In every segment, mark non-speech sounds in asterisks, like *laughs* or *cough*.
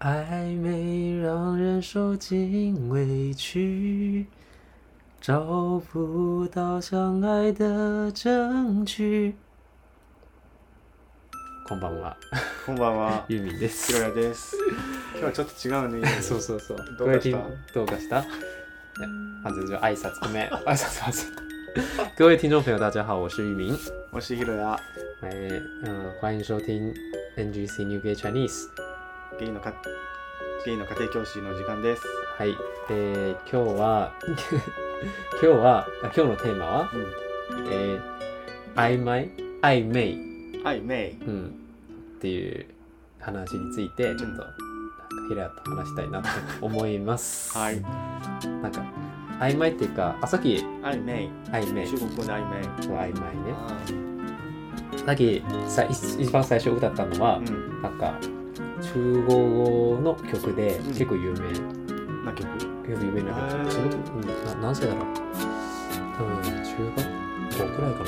暧昧让人受尽委屈，找不到相爱的证据。こんばんは、。こんばんは *laughs* ユーミンでひろす。やです。今日はちょっと違うね。そうそうそう。どうかした各位听どうかした？对反正就挨拶不 *laughs* 美，挨拶挨拶。各位听众朋友，大家好，我是玉明。我是ひろや。哎，嗯、欢迎收听 NGC New Gay Chinese。ゲイのかゲイの家庭教師の時間です。はい、えー、今日は *laughs* 今日はあ今日のテーマは、えー、曖昧曖昧、うん。はい、メイ。うん、っていう話についてちょっと、うんなんか平と話したいなと思います。はい。なんか曖昧っていうかあさっきはい、メイ。曖昧中国語ではい、メイ。そう曖昧ね。あさっきさ一一番最初歌ったのは、ーうん。なんか中国語の曲でん結構有名。な曲。結構有名なへ感ーじ。そのうんな何歳だろう多分中学校くらいか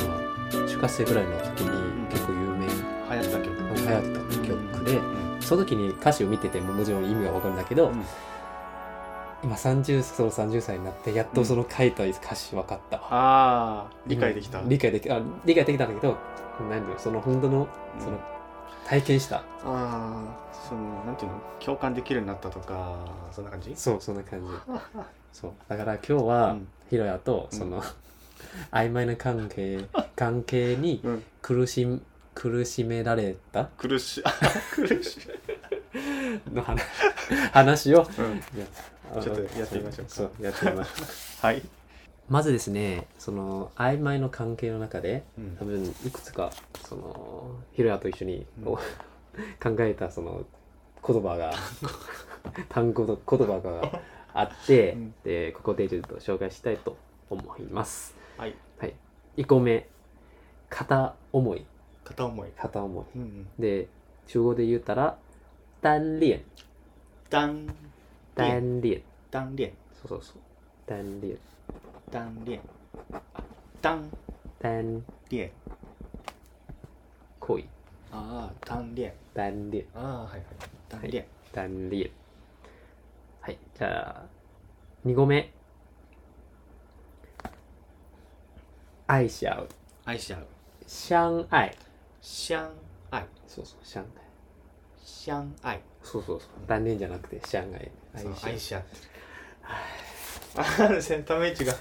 な中学生ぐらいの時に結構有名流行った曲。流行った曲でうんその時に歌詞を見ててももちろん意味が分かるんだけど、うん今30その30歳になってやっとその書いた歌詞分かったわ、ああ、理解できた。うん理解できあ理解できたんだけど何だろうその本当のその体験した、ああ、そのなんていうの、共感できるようになったとか、そんな感じ？そうそんな感じそうだから今日は、うんヒロヤとその、 *laughs* 曖昧な関係関係にうん。苦しん苦しめられ *laughs* た苦しい。苦しい。の話話をうん。あのちょっとやってみましょうかそうやってみましょうはい。まずですねその曖昧の関係の中でうん多。分いくつかそのヒロヤと一緒に、うんこう *laughs* 考えたその言葉 *laughs* が単語と言葉があって、うんでここでちょっと紹介したいと思いますはい。はい1個目片思い片思い。片思うんうん。いで中国で言ったら单恋单恋单恋单恋そうそうそう单恋单恋あ单单恋恋ああ単恋单恋ああはいはい単恋单恋はいじゃあ2個目愛し合う愛し合う相愛相愛そうそう相愛相愛そうそうそう断念じゃなくて相愛その愛愛しし合ってるああセンターメイチが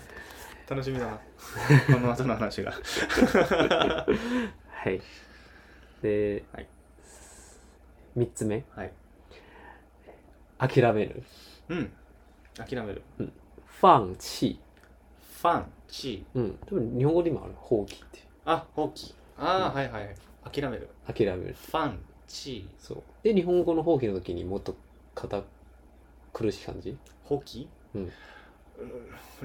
楽しみだ *laughs* なこの後の話が合うはいで、はい3つ目はい諦めるうん諦める放棄ファンチうん多分日本語でもある放棄っていうあ放棄ああ、はいはい諦める諦めるファンチそうで日本語の放棄の時にもっと堅苦しい感じ放棄うんうん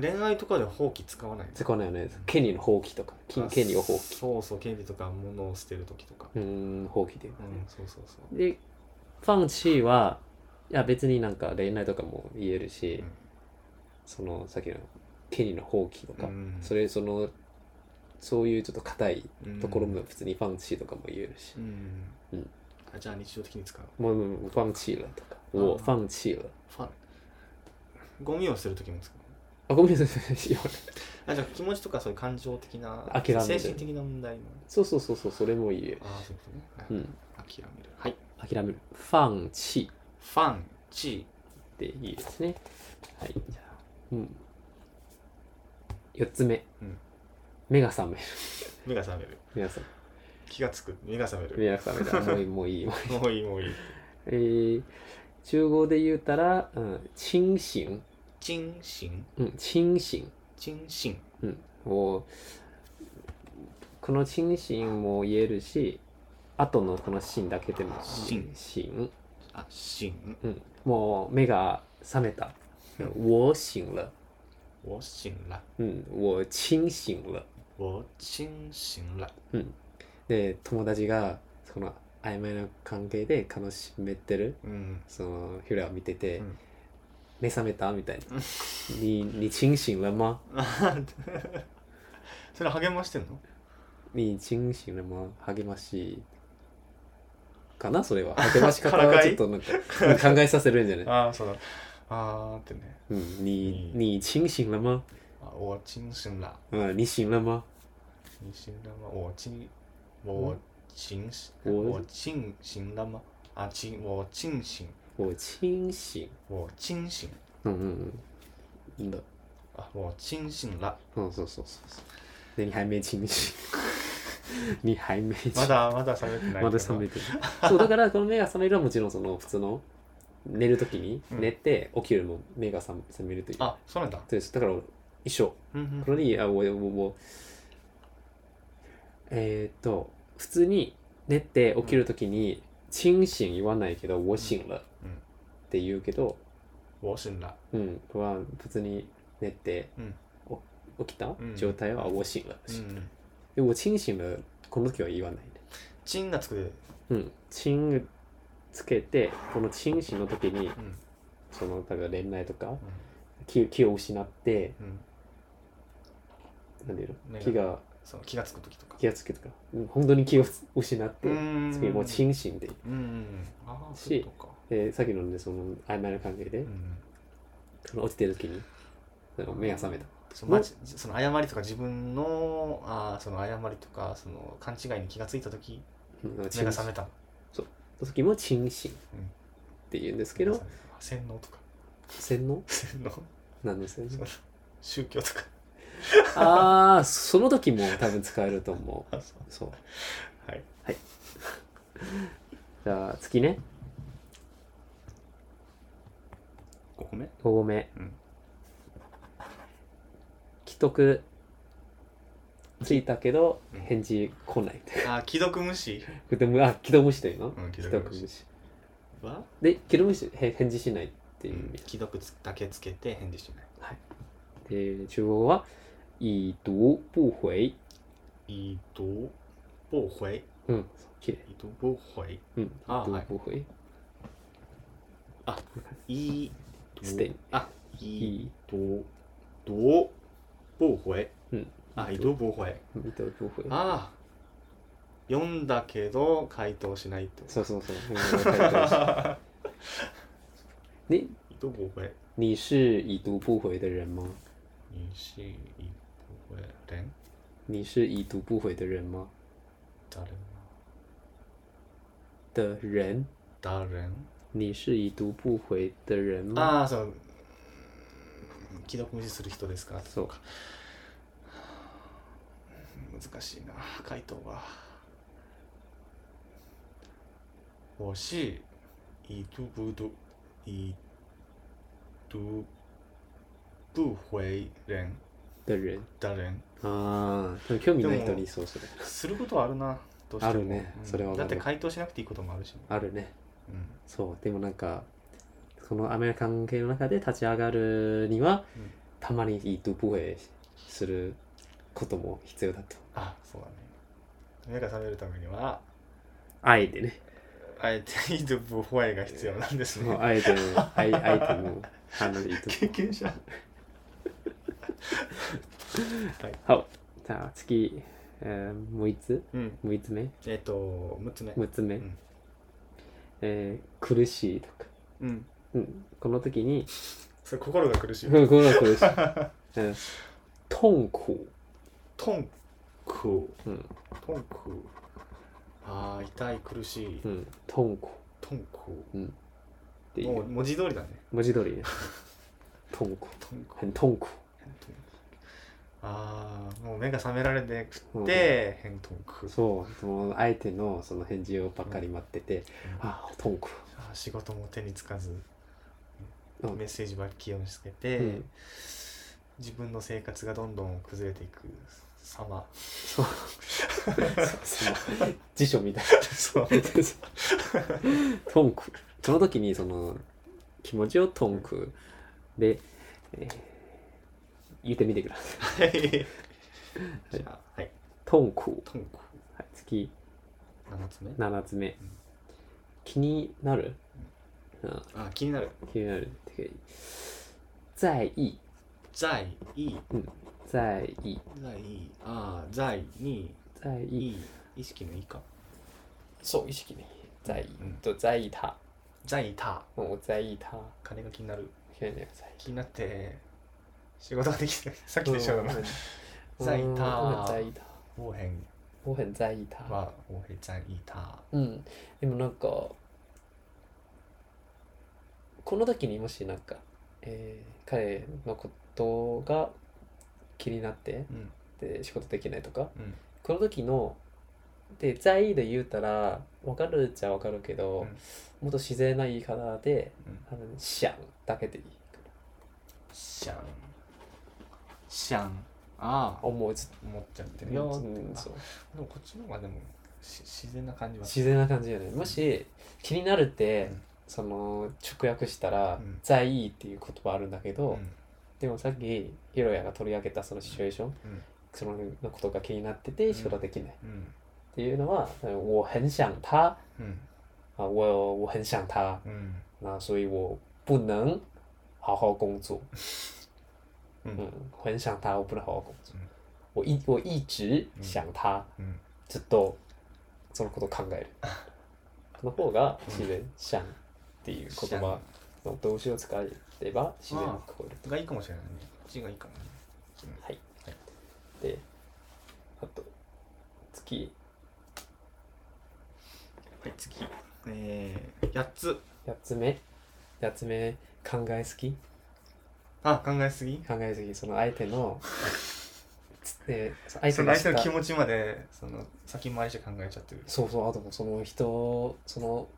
恋愛とかで放棄使わない使わないよね権利の放棄とか金権利を放棄棄そうそう権利とか物を捨てる時とかうーん放棄で、うんそうそうそうでファンチーはいや別になんか恋愛とかも言えるし、うんそのさっきの権利の放棄とか、うんそれそのそういうちょっと硬いところもう普通にファンチーとかも言えるし、ん、うんあじゃあ日常的に使うもうもうファンチー了とかあー我放棄了ファンゴミをする時も使うあごめんなさい言わないあじゃあ気持ちとかそういう感情的な諦める精神的な問題もそうそうそうそうそれも言えるああそういうことね、はいうん諦めるはい諦める放棄っファンチていいですねはいじゃあうん4つ目、うん目が覚める目が覚める目が覚める気がつく目が覚める目が覚めた。もういい、もういい。もういいもういいもういいえー、中国で言うたら、うん、清醒。清醒うん、清醒。清醒うん、もう、この清醒も言えるし、後のこのンだけでも、醒醒。あ醒うん、もう目が覚めた。我醒了。我醒了うん、我清醒了。我清醒了うん。で、友達が、その曖昧な関係で悲しめてる。うんそのヒュラを見てて、うん目覚めたみたいな。你你清醒了吗？ *laughs* それ励ましてんの你清醒了吗？励ましかなそれは。励まし方からはかちょいっとなんかうん考えさせるんじゃない *laughs* ああ、そうだ。あーってね。うん。你你清醒了吗？あ、我清醒了。うん。你醒了吗？你醒了吗？我清，我清醒，我我清醒了吗？啊，清，我清醒，我清醒。我清醒うんうんうん。いいんだ。啊，我清醒了。うんそうそうそうそう。で你还没清 *laughs* 醒。你还没清醒。まだまだ覚めてないけど。まだ覚めてるそうだからこの目が覚めるはもちろんその普通の寝るときにうん寝て起きるのも目が覚め覚めるというあ、そうなんだ。そうですだから一緒うんうんこれにあもうもうもうえー、っと普通に寝て起きるときに「清醒」言わないけど「我醒了」うんって言うけど我醒了。うんこれは普通に寝て、うんお起きたうん状態は「我醒了う」ん。で「我清醒了」この時は言わないねチンがつく。うん、チンつけて、このチンシの時に、うんその、例えば恋愛とか、気気を失って、うんうん。なんていう目のが気が、その気がつく時とか。気がつけとか、うん本当に気を失って、ん次もうチンシンで、うんうん。ああ、しそういうことか。えーさっきのね、その、曖昧な関係で、うん。その落ちてる時に、その目が覚めた。そのまじその誤りとか自分のあーその誤りとかその勘違いに気がついた時うん、目が沈覚寝めたその時もチンシンって言うんですけ目どが、覚めた洗脳とか *laughs* 洗脳洗脳なんですよそねの。宗教とか *laughs* ああ、その時も多分使えると思あそうう。そう。はいじゃあ、次ね。 5個目5合目、うん既読ついたけどうん返事来ないあー既読無視でもあ既読無視というのうん既既読読無視無視は、で既読無視へ返事しないってう、いうん既読だけつけて返事しないで中国語は已读不回已读不回うん綺麗已读不回うんあ已は读い不回已读ステイあ已已读读不回うんあ已读不回已读不回ああ読んだけど回答しないってことそうそうそううん *laughs* わかるわかるで一度不回你是已读不回的人吗你是一不回人你是已读不回的人吗誰的人誰你是已读不回的人吗？ああそう既読無視する人ですかそうか難しいな回答は我是一度不读一度不回人的人誰ああ、でも興味ない人にそうする。することはあるなどうしてもあるねうんそれはわかだっるて回答しなくていいこともあるし、あるね。うんそう、でもなんか、このアメリカ関係の中で立ち上がるには、うんたまに已读不回することも必要だと。あそうだね目が覚めるためには愛でね。あえてイドブホエが必要なんですもうね愛で、愛、愛でも、あの、已 *laughs* 读経験者好、じゃあ次、えー、もう一つうんもう一つ目えっ、と6つ目六つ目、うんえー苦しいとか。うんうん、この時に、 *laughs* それ心が苦しいうんこれはこれです。うん痛苦。トンクうん。トンクあー痛い苦しいうん。痛苦。トンクっていもうう。文字通りだね文字通 *laughs* りね。痛苦。トンク很痛苦。あーもう目が覚められてくって、変トンクそう。その相手のその返事をばっかり待ってて、あああ、痛苦。ー仕事も手につかずうんメッセージばっきを見つけて、うん自分の生活がどんどん崩れていく *laughs* 様その辞書みたいそうな。痛苦。その時にその気持ちを痛苦で、えー言ってみてください。はい。じゃあ、はい。痛苦。トンコ。はい、次。 7つ目。 7つ目気になる、うん、あ、気になる。気になるっていう在意在意。在意在意。あ、在意。在意意意識の意か。そう意識ね在意うんと在意他在他もう在意他金が気になるけれ在気になって仕事ができてないさっきと一緒だな在意他他在意他我很我很在意他は我会在意他うんでもなんかこの時にもしなんか、えー彼のことが気になってうんで仕事できないとかうんこの時ので在意で言うたら分かるっちゃ分かるけど、うんもっと自然な言い方でうんあのシャンだけでいいかシャンシャンあらあ思うずっ思っちゃってとるようんあそうでもこっちの方がでもし自然な感じは自然な感じよねもし気になるって、うんその直訳したら、うん在意っていう言葉あるんだけど、うんでもさっきヒロヤが取り上げたそのシチュエーション、うんそののことが気になってて仕事できないっうんていうのは、我很想他うんあ我我很想他うん那所以我不能好好工作。うん嗯，我很想他，我不能好好工作嗯。我一我一直想他，うんずっとそのことを考える。その方が自然、想っていう言葉の動詞を使えば自然に聞こえる。がいいかもしれないねこっちがいいかもねはいは。で、あと次はい次えー、8つ八つ目、八つ目考えすぎ。あ考えすぎ考えすぎその相手の *laughs* つえー相そ手のが相手したの気持ちまでその先回りして考えちゃってるそうそうあともうその人その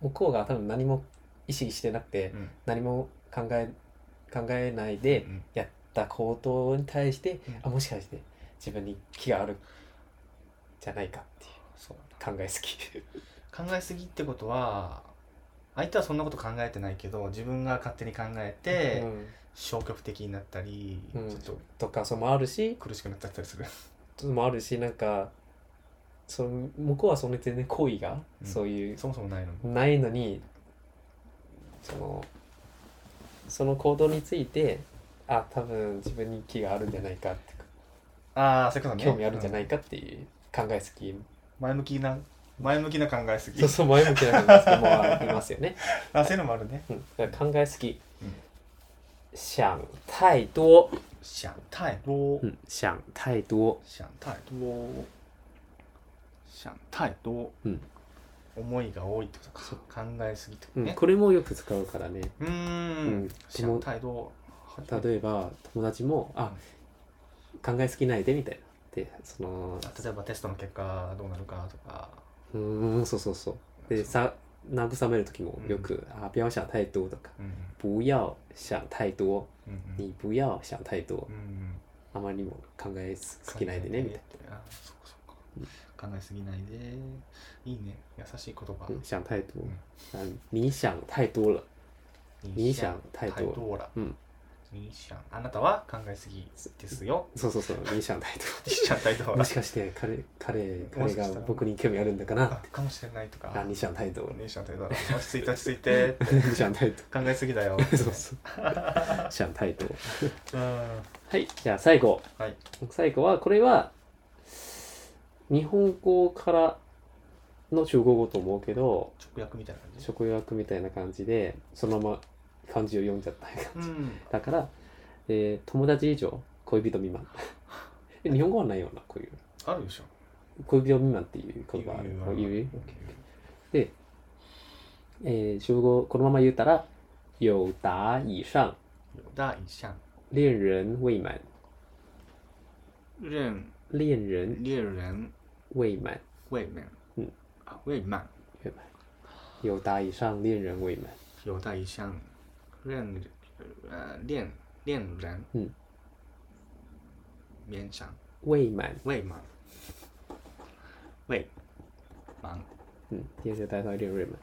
向こうが多分何も意識してなくて、うん何も考え考えないでうんやった行動に対して、うんあもしかして自分に気があるんじゃないかっていうそうだ考えすぎ考えすぎってことは相手はそんなこと考えてないけど自分が勝手に考えて、うん、消極的になったり、うんちょっととかそれもあるし苦しくなっちゃったりする、 *laughs* それもあるしなんかその向こうはそんなに全然好意が、うんそういうそもそもないのに、ないのにそのその行動についてあ多分自分に気があるんじゃないかってかああそういうことね興味あるんじゃなういかっていう考えすぎ、前向きな前向きな考えすぎそうそう前向きな考えすぎもありますよね、あそういうのもあるねうん、だから考えすぎ、うん想太多、想太多うん、想太多想太多想太多、うん思いが多いってことか考えすぎってことねこれもよく使うからねうーうんん想太多例えば友達もあ考えすぎないでみたいなでそのあ例えばテストの結果どうなるかとかうーんそうそうそうでさ慰める時もよく「あ不要想太多」とかうん「不要想太多」うん「うん你不要想太多うんうん」あまりにも考えすぎないでねみたいなあそうかそうか考えすぎないでいいね優しい言葉なうん「想太多うん」あ「你想太多了」「你想太太多多ら」うんにしゃんあなたは考えすぎで *laughs* すよそうそうそう「你想太にしゃん太多多」*laughs* らもしかして彼彼も彼しかがしたら僕に興味あるんだかなあかもしれないとかあ「你想太 *laughs* 多了」にしゃん太多ら落ち着いて落ち着いて *laughs* 「你想太 *laughs* 多考えすぎだよ」 *laughs* そうそう「想太多」うんははいじゃあ最後い最後はこれは日本語からの中国語と思うけど直訳みたいな感じ直訳みたいな感じでそのまま漢字を読んじゃったう感じ、んだから、えー友達以上恋人未満 *laughs* え日本語はないようなこういうあるでしょ恋人未満っていう言葉ある言う言言うで、えー中国語このまま言ったら「有达以上第一项恋人未満恋恋人恋人未满未满うんあ未満未满有达以上恋人未满有待一项恋呃恋恋人嗯勉强未满未满未满うん、平成大祭リウム。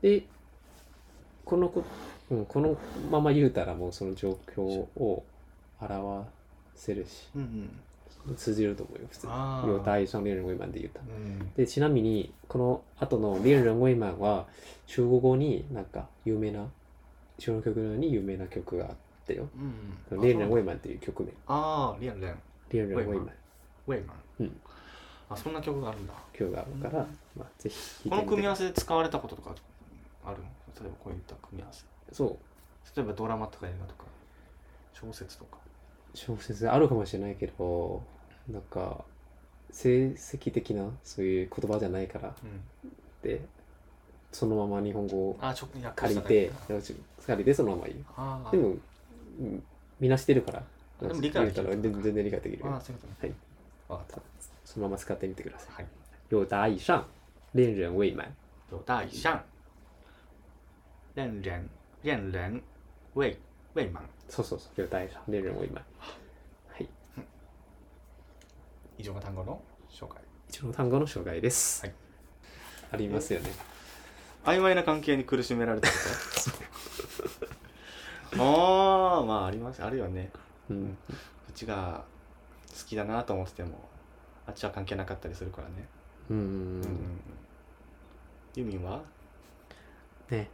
で、このこ、うん、このまま言うたらもうその状況を表せるし、うん通じると思うよ、普通に。あー両対上恋人未満で言ったう。んで、ちなみに、この後の恋人未満は、中国語になんか有名な、中国の曲のように有名な曲があってよ。うん恋人未満っていう曲名。あそうあー恋人恋人未満。未満うんあそんな曲があるんだ今日があるから、まあ、ぜひこの組み合わせせで使われたこととかあるの例えばこういった組み合わせそう例えばドラマとか映画とか小説とか小説あるかもしれないけどなんか成績的なそういう言葉じゃないからうんでそのまま日本語をあ直訳した借りだけて借りてそのまま言うあーでもうんみんな知ってるからでも理解できる言うたら全全然理解できるよあーそういうことねはいわかったそのまま使ってみてくださいはい有答以上恋人未满有大象恋人恋人未未满そうそうそう有答以上恋人未満はい以上が単語の紹介一応単語の紹介です、はいありますよね曖昧な関係に苦しめられたこと *laughs* ああまあありますあるよねうんこっちが好きだなと思っててもあっちは関係なかったりするからねうん、うんうんうんユミンはね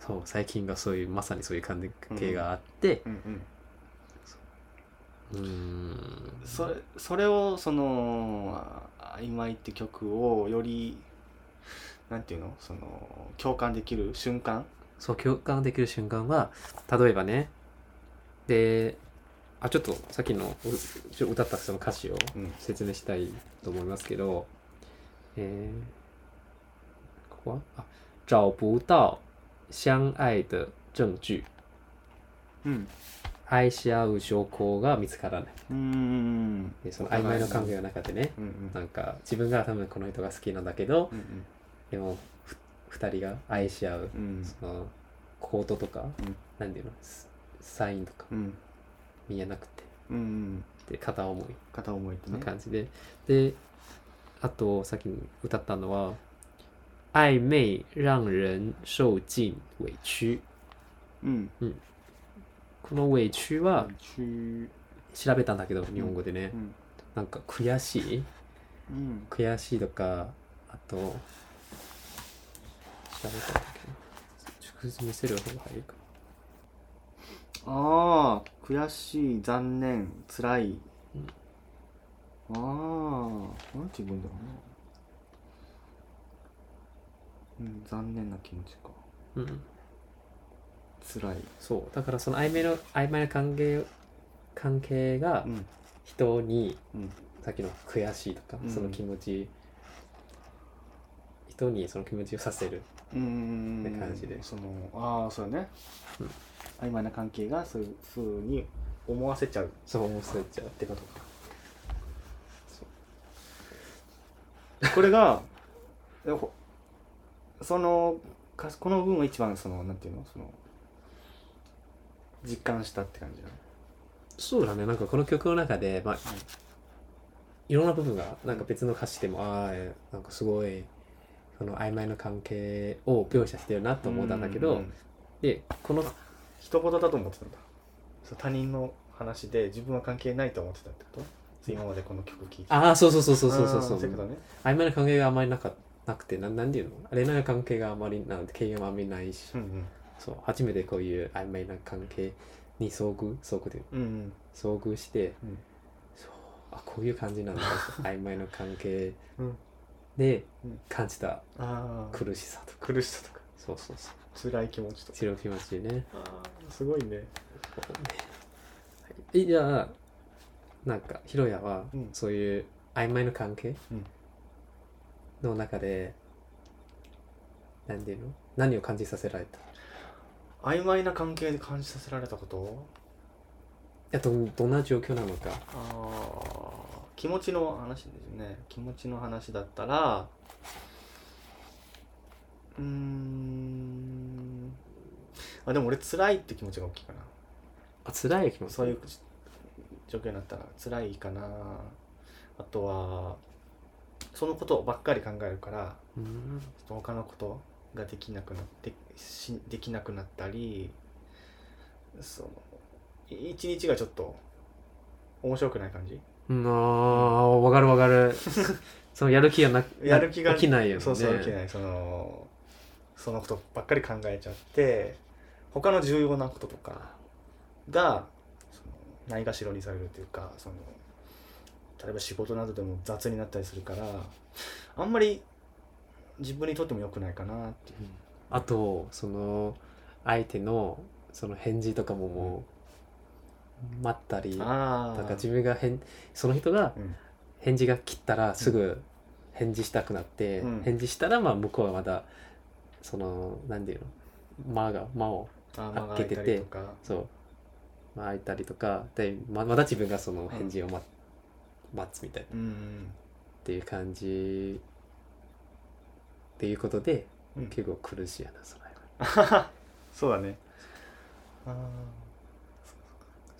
そう最近がそういうまさにそういう関係があってうんうんうーんそれそれをその「あ曖昧」って曲をよりなんていうのその共感できる瞬間そう共感できる瞬間は例えばねであちょっとさっきのうちょ歌ったその歌詞をうん説明したいと思いますけど、えー、ここはあ找不到相愛的证据うん愛し合う証拠が見つからないうんでその曖昧な関係の中でねうんうんなんか自分が多分この人が好きなんだけどうんうんでもふ二人が愛し合ううんそのコートとか、うんなんていうのスサインとかうん見えなくてうんうんで片思い片思いってのね感じで、であとさっき歌ったのは「曖昧让人受尽委屈うん」この委屈は中調べたんだけど日本語でね、うんなんか悔しいうん悔しいとかあと調べたんだけどちょっと見せる方が早いかなああ悔しい残念辛い、ああなんて言うんだろうなうん残念な気持ちかうん辛いそうだからその曖昧の曖昧な関係関係がうん人に、うんさっきの悔しいとか、うんその気持ち人にその気持ちをさせるうんって感じでそのああそうだね、曖昧な関係がそういうふうに思わせちゃうっそう思わせちゃうてことかこれがえほそのかこの部分が一番そのなんていうのその実感したって感じだねそうだねなんかこの曲の中で、まあいろんな部分がなんか別の歌詞でもああえーなんかすごいその曖昧な関係を描写してるなと思ったんだけど、ううでこの一言だと思ってたんだそう他人の話で自分は関係ないと思ってたってことそう今までこの曲聴いてああそうそうそうそうそうそうあーそうそういうことね曖昧な関係があまりなかなくてななんていうの恋愛の関係があまりなんて経験があまりないしうんうんそう初めてこういう曖昧な関係に遭遇遭遇でうんうん遭遇して、うんそうあこういう感じ *laughs* なんだ曖昧な関係うんでうん感じたああ苦しさとか、苦しさとかそうそうそう辛い気持ちとか白気持ちねあーすごいねえじゃあなんかひろやは、うんそういう曖昧な関係、うんの中で何ていうの何を感じさせられた曖昧な関係で感じさせられたこといやどんどんな状況なのかああ気持ちの話ですね気持ちの話だったらうーんあでも俺辛いって気持ちが大きいかなあ辛い気持ちそういう状況になったら辛いかなあとはそのことばっかり考えるからうんちょっと他のことができなくなってしできなくなったりそのい一日がちょっと面白くない感じうん、ああ、わかるわか *laughs* る。そのやる気がな、やる気が起きないよね。そうそう起きないそのそのことばっかり考えちゃって他の重要なこととかがそのないがしろにされるというかその例えば仕事などでも雑になったりするからあんまり自分にとっても良くないかなっていうあとその相手のその返事とかももう待ったりなんああか自分が返その人がうん返事が来たらすぐ返事したくなって、うん返事したらまあ向こうはまだその何て言うの間が間をあ間が空いたりとかそう、まあ、開いたりとかでままだ自分がその返事を待,、待つみたいなうんっていう感じっていうことで、うん結構苦しいやなその辺は *laughs* そうだねあ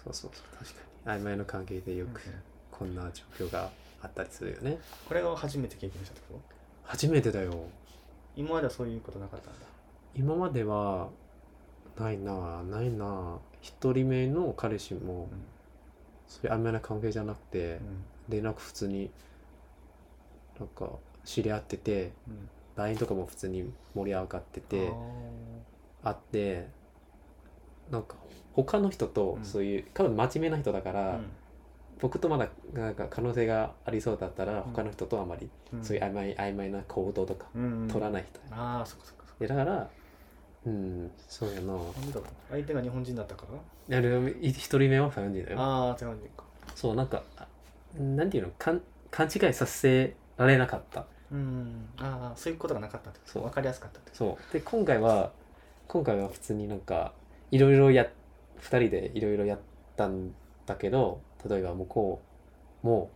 そうそうそう確かに曖昧の関係でよーくこんな状況があったりするよねこれが初めて経験したってこと初めてだよ今まではそういうことなかったんだ今まではないなないな一人目の彼氏もうんそういう曖昧な関係じゃなくて連絡普通になんか知り合っててうん LINE とかも普通に盛り上がってうんてああってなんか他の人とうんそういう、多分真面目な人だかーら、僕とまだなんか可能性がありそうだったらん他の人とあまりうんそういう曖昧曖昧な行動とかうん取らない人、ああそっかそっかそっかでだからうんそうやななんでだろう相手が日本人だったからやる一人目はファンディだよああー違うんかそうなんかあなんていうのかん勘違いさせられなかったうんああそういうことがなかったってことそう分かりやすかったってこそうで今回は今回は普通になんかいろいろや2人でいろいろやったんだけど例えば向こうも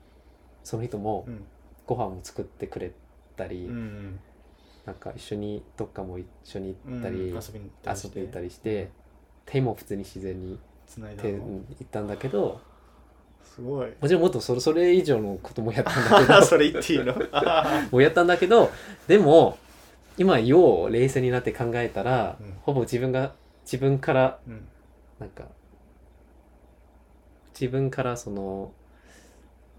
その人もとうんご飯も作ってくれたり、うんなんか一緒にどっかも一緒にう行っんたり、遊びに遊行ったりしびに行ったてりして手も普通に自然に繋いだ手のうん行ったんだけどすごいもちろんもっとそれそれ以上のこともやったんだけど *laughs* あ *laughs* それ言っていいのあもうやったんだけどでも今よう冷静になって考えたら、うんほぼ自分が自分からーうんなんか自分からその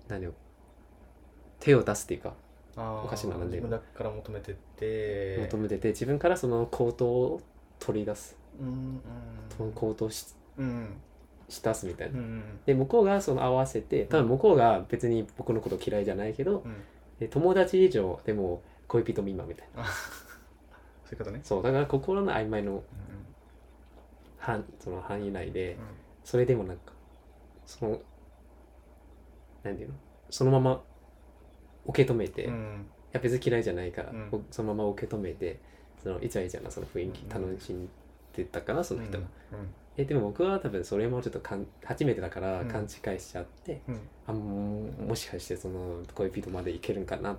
何を手を出すっていうかあーおかしななんで自分だから求めてって求めてて自分からその行動を取り出すうんうん行動しうんし出すみたいなう。んで向こうがその合わせて多分向こうが別に僕のこと嫌いじゃないけどう、んで友達以上でも恋人未満みたいなあそういうことねそうだから心の曖昧のうんうん範その範囲内でうんそれでもなんかその何ていうのそのまま受け止めて、ういんや別に嫌いじゃないから、うんこうそのまま受け止めてそのイチャイチャなその雰囲気うん楽しんでたかなその人が、うんえでも僕は多分それもちょっとかん初めてだからうん勘違いしちゃって、うんあもうもしかしてその恋人までいけるんかなっ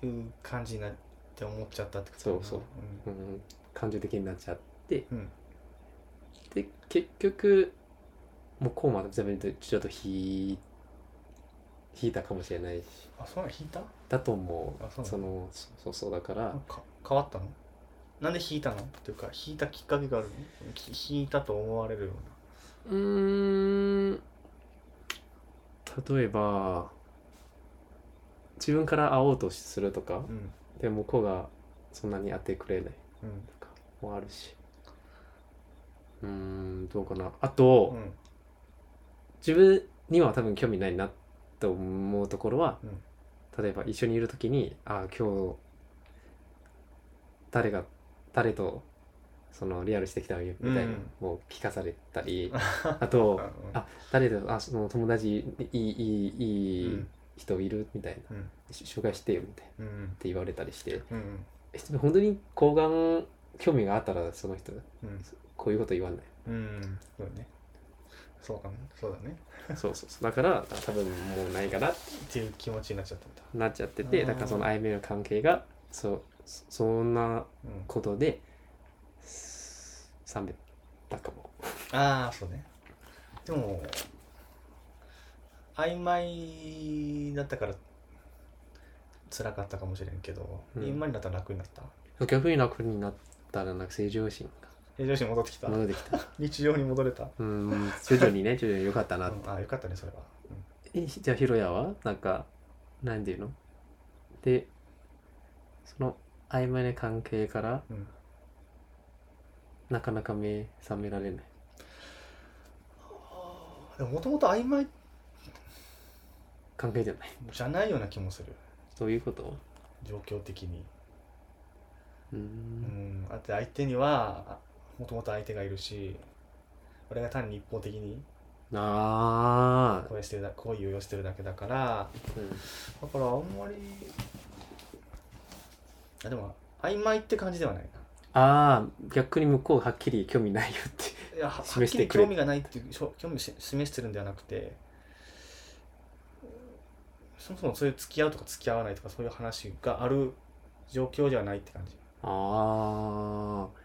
て、いう感じになって思っちゃったってことかなそうそううん、感情的になっちゃってうんうんで結局もうこうまで全部ちょっと引い引いたかもしれないしあそうなの引いただと思あうそうなのそのそうそうそうだかならんか変わったのなんで引いたのっていうか引いたきっかけがあるのき引いたと思われるようーん例えば自分から会おうとするとかうなうんで向こうがそんなに会ってくれないうんとかもあるしうーんどうかなあと、うん自分には多分興味ないなと思うところは、例えば一緒にいる時にああ今日誰が誰とそのリアルしてきたみたいなうんもう聞かされた *laughs* り、あとあ誰とあその友達いいいいいいうん人いるみたいな、うんし紹介してよみたいなっうんて言われたりしてうんえ本当に睾丸興味があったらその人うんこういうこと言わないうんそうだねそうかもそうだね *laughs* そうそうそうだからあ多分もうないかなっていう気持ちになっちゃったんだなっちゃっててあーだからその曖昧の関係がそうそそんなうんことです冷めたかもああそうねでも曖昧だったから辛かったかもしれんけど、うん今になったら楽になった逆に楽になったらなんか正常心平常心戻ってきたが戻ってきた日常に戻れた、 *laughs* うん徐々にね徐々に良かったな、うんああよかったねそれは、えじゃあひろやはなんかなんていうのでその曖昧な関係からうんうんなかなか目覚められないでももともと曖昧関係じゃないじゃないような気もするそういうこと状況的に、ううんん、あと相手にはもともと相手がいるし俺が単に一方的にああ、恋してるだ恋を寄せてるだけだからう、だからあんまりあでも曖昧って感じではないなんあー逆に向こうはっきり興味ないよっていやははっ示しきてりくれ興味がないっていうしょ興味をし示してるんではなくてうんそもそもそういう付き合うとか付き合わないとかそういう話がある状況ではないって感じああ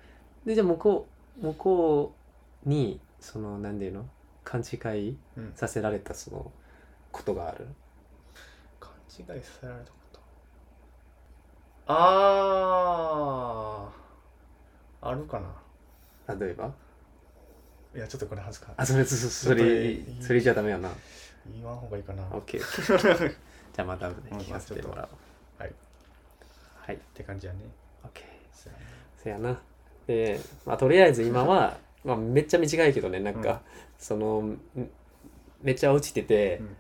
でじゃあ向こう向こうにその何て言うの勘違いうんさせられたそのことがある勘違いさせられたことあああるかな例えばいやちょっとこれ恥ずかあそれそそそちょれっといいそれじゃダメやな言わん方がい *laughs* いかなっ OK じゃあまた後で聞かせてもらおうまあちょっはいて感じやね OK そやねせやなで、まあ、とりあえず今はまあめっちゃ短いけどねなんか、うんそのんめっちゃ落ちてて、うん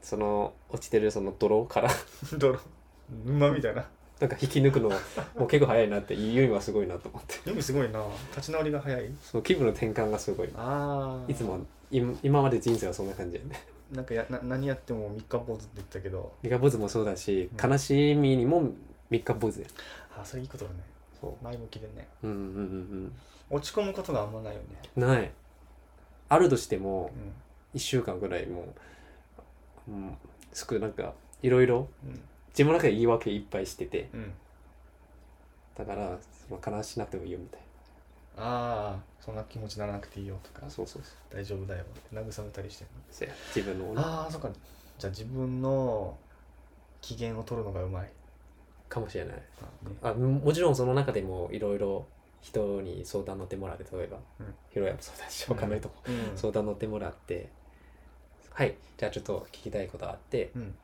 その落ちてるその泥から *laughs* 泥馬みたいななんか引き抜くのもう結構早いなっていうよりはすごいなと思ってユミすごいな立ち直りが早いその気分の転換がすごいああいつも今今まで人生はそんな感じやねなんかやな何やっても三日坊主って言ったけど三日坊主もそうだしうん悲しみにも三日坊主やあそれいいことだねそ前向きでねううんうんうん落ち込むことがあんまないよねうんないあるとしてもう1週間ぐらいもう、うん、すくなんかいろいろん自分の中で言い訳いっぱいしててうんうんだからその悲しなってもいいよみたいああそんな気持ちにならなくていいよとかなそうそうそう大丈夫だよ慰めたりしてるせや自分のああそっかじゃあ自分の機嫌を取るのがうまい、かもしれないあねあももちろんその中でもいろいろ人に相談乗ってもらって例えば、うんヒロヤもそうだし他の人もうん相談乗ってもらって、はいじゃあちょっと聞きたいことあってうん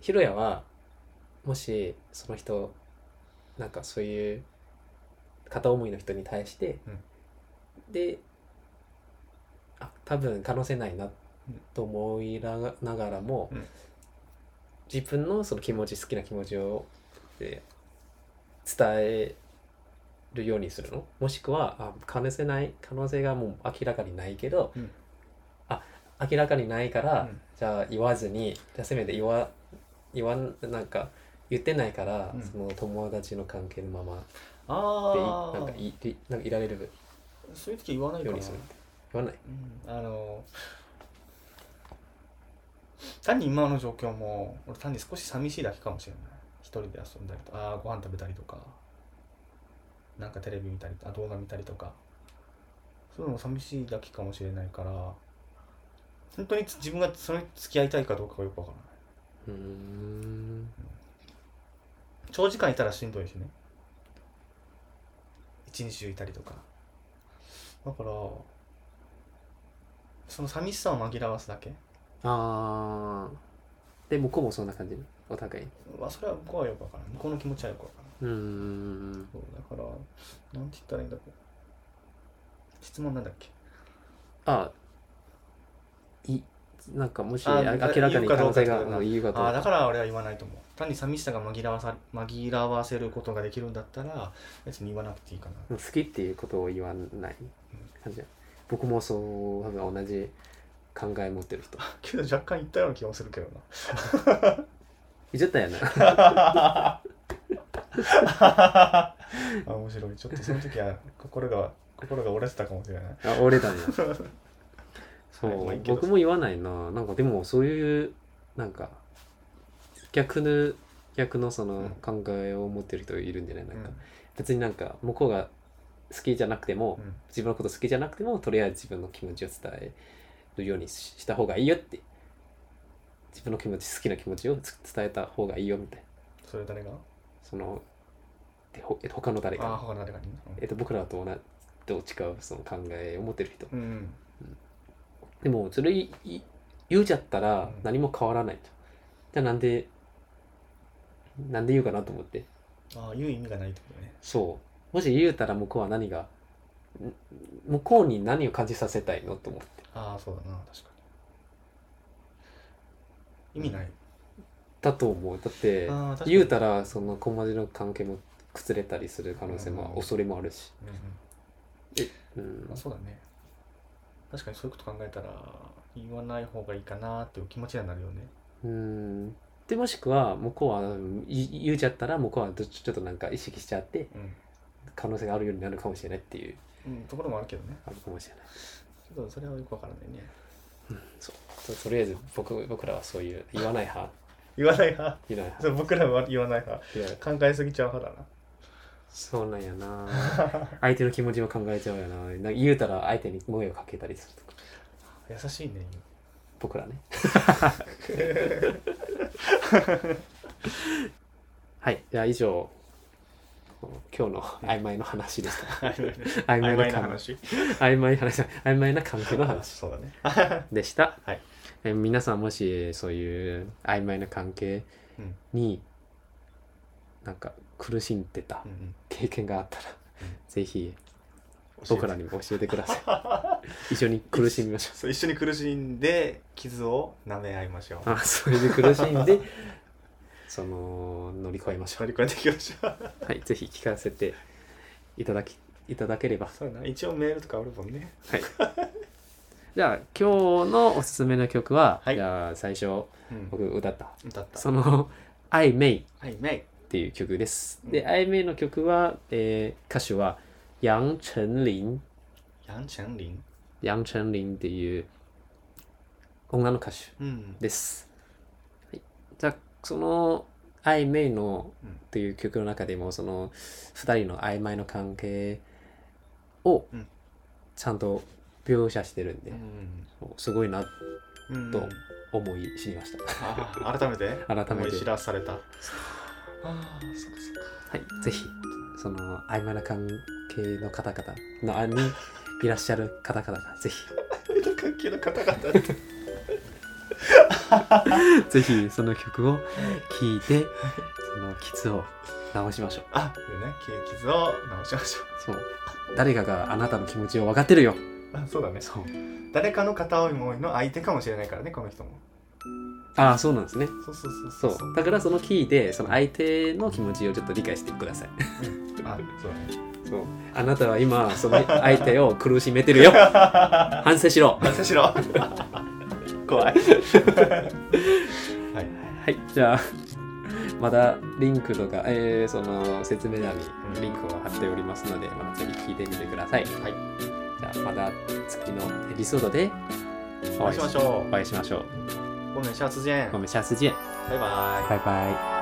ヒロヤはもしその人なんかそういう片思いの人に対して、であ多分話せないなと思いながながらも、うん自分のその気持ち好きな気持ちをえー伝えるようにするのもしくはあ話せない可能性がもう明らかにないけど、うんあ明らかにないから、うんじゃあ言わずにじゃあせめて言わ言わんなんか言ってないから、うんその友達の関係のままでいあなんかあいいなんかいられるよそういう時言わないうかなにする言わないうんあの単に今の状況も俺単に少し寂しいだけかもしれない一人で遊んだりとかあーご飯食べたりとかなんかテレビ見たりとか動画見たりとかそういうのも寂しいだけかもしれないから本当に自分がそれに付き合いたいかどうかがよくわからないうーん長時間いたらしんどいしね一日中いたりとかだからその寂しさを紛らわすだけあーで向こうもそんな感じお互いまあ、それは向こうはよくわからん向こうの気持ちはよくわからんうーんそうだからなんて言ったらいいんだろう質問なんだっけあいなんかもしああ明らかに可能性が言うかどうかってことだもう言うかどうああだかから俺は言わないと思う単に寂しさが紛らわさ紛らわせることができるんだったら別に言わなくていいかな好きっていうことを言わない感じ僕もそう多分同じ考え持ってる人けど若干言ったような気もするけ *laughs* どな言っちゃった *laughs* よなあ面白いちょっとその時は心が心が折れてたかもしれないあ折れたんやそ、はいうまあいいけど僕も言わないななんかでもそういうなんか逆の逆のその考えを持ってる人いるんじゃないなんか、別になんか向こうが好きじゃなくても、うんうん自分のこと好きじゃなくてもとりあえず自分の気持ちを伝えるようにしした方がいいよって自分の気持ち好きな気持ちをつ伝えた方がいいよみたいなそれ誰がそのでほえっと他の誰ああか、他の誰かにねえっと、僕らと同じと違うその考えを持ってる人うん、うんでもそれいい言うちゃったうらん何も変わらないと、じゃあなんでなんで言うかなと思ってああ言う意味がないってことねそうもし言うたら向こうは何がん向こうに何を感じさせたいのと思ってああそうだな確かに意味ない、だと思うだってあー確かに言うたらその小じの関係も崩れたりする可能性もうん恐れもあるし、うんううんんまあ、そうだね確かにそういうこと考えたら言わない方がいいかなっていう気持ちにはなるよねうんでもしくは向こうはうんい言うちゃったら向こうはどちょっとなんか意識しちゃってうん、可能性があるようになるかもしれないっていううん、ところもあるけどねあるかもしれないちょっとそれはよくわからないねととりあえず僕僕らはそういう言わない派言わない派 *laughs* 言わない派そう僕らは言わない派言わない考えすぎちゃう派だなそうなんやな相手の気持ちも考えちゃうやななんか言うたら相手に声をかけたりするとか *laughs* 優しいね僕 *laughs* らねはいじゃあ以上この今日の曖昧の話でした、曖昧曖な昧な話曖昧話曖昧な関係の話 *laughs* そうだねでした、はいえー皆さんもしそういう曖昧な関係うんになんか苦しんでたうんうん経験があったら、ぜひ教えて僕らにも教えてください *laughs* 一緒に苦しみましょそう一緒に苦しんで傷を舐め合いましょううあそれで苦しんでその乗り越えましょ乗り越えていきましょううはいぜひ聞かせていただきいただければそうだな一応メールとかあるもんねはいじゃあ今日のおすすめの曲は、はいじゃあ最初うん僕歌った歌ったその「I May」曖昧っていう曲です。うで、んあいめいの曲は、えー、歌手は、楊丞琳、楊丞琳楊丞琳っていう女の歌手うんです。はい、じゃあ、その、あいめいのうんっていう曲の中でも、その、二人の曖昧の関係をうん、ちゃんと描写してるんで、うんすごいな、うんどう思い知りました。 *laughs* あ改めて改めて思い知らされたああーそっかそっかはい、ぜひその曖昧な関係の方々のあにいらっしゃる方々がぜひ *laughs* 間関係の方々って *laughs* ぜひその曲を聴いてそのキツを直しましょうあでね傷を直しましょそう誰かがあなたの気持ちを分かってるようあそうだねそう誰かの片思いの相手かもしれないからねこの人もああそうなんですねそうそうそうそうだからその聴いてその相手の気持ちをちょっと理解してくださいあそうだねそうあなたは今その相手を苦しめてるよ *laughs* 反省しろ反省しろ *laughs* 怖いはい、はい、じゃあ、またリンクとか、えーその説明欄にリンクを貼っておりますので、またぜひ聞いてみてください。はい、じゃあ、また次のエピソードでお会いしましょお会いしましょう。う。我们下次见，我们下次见，拜拜。拜拜。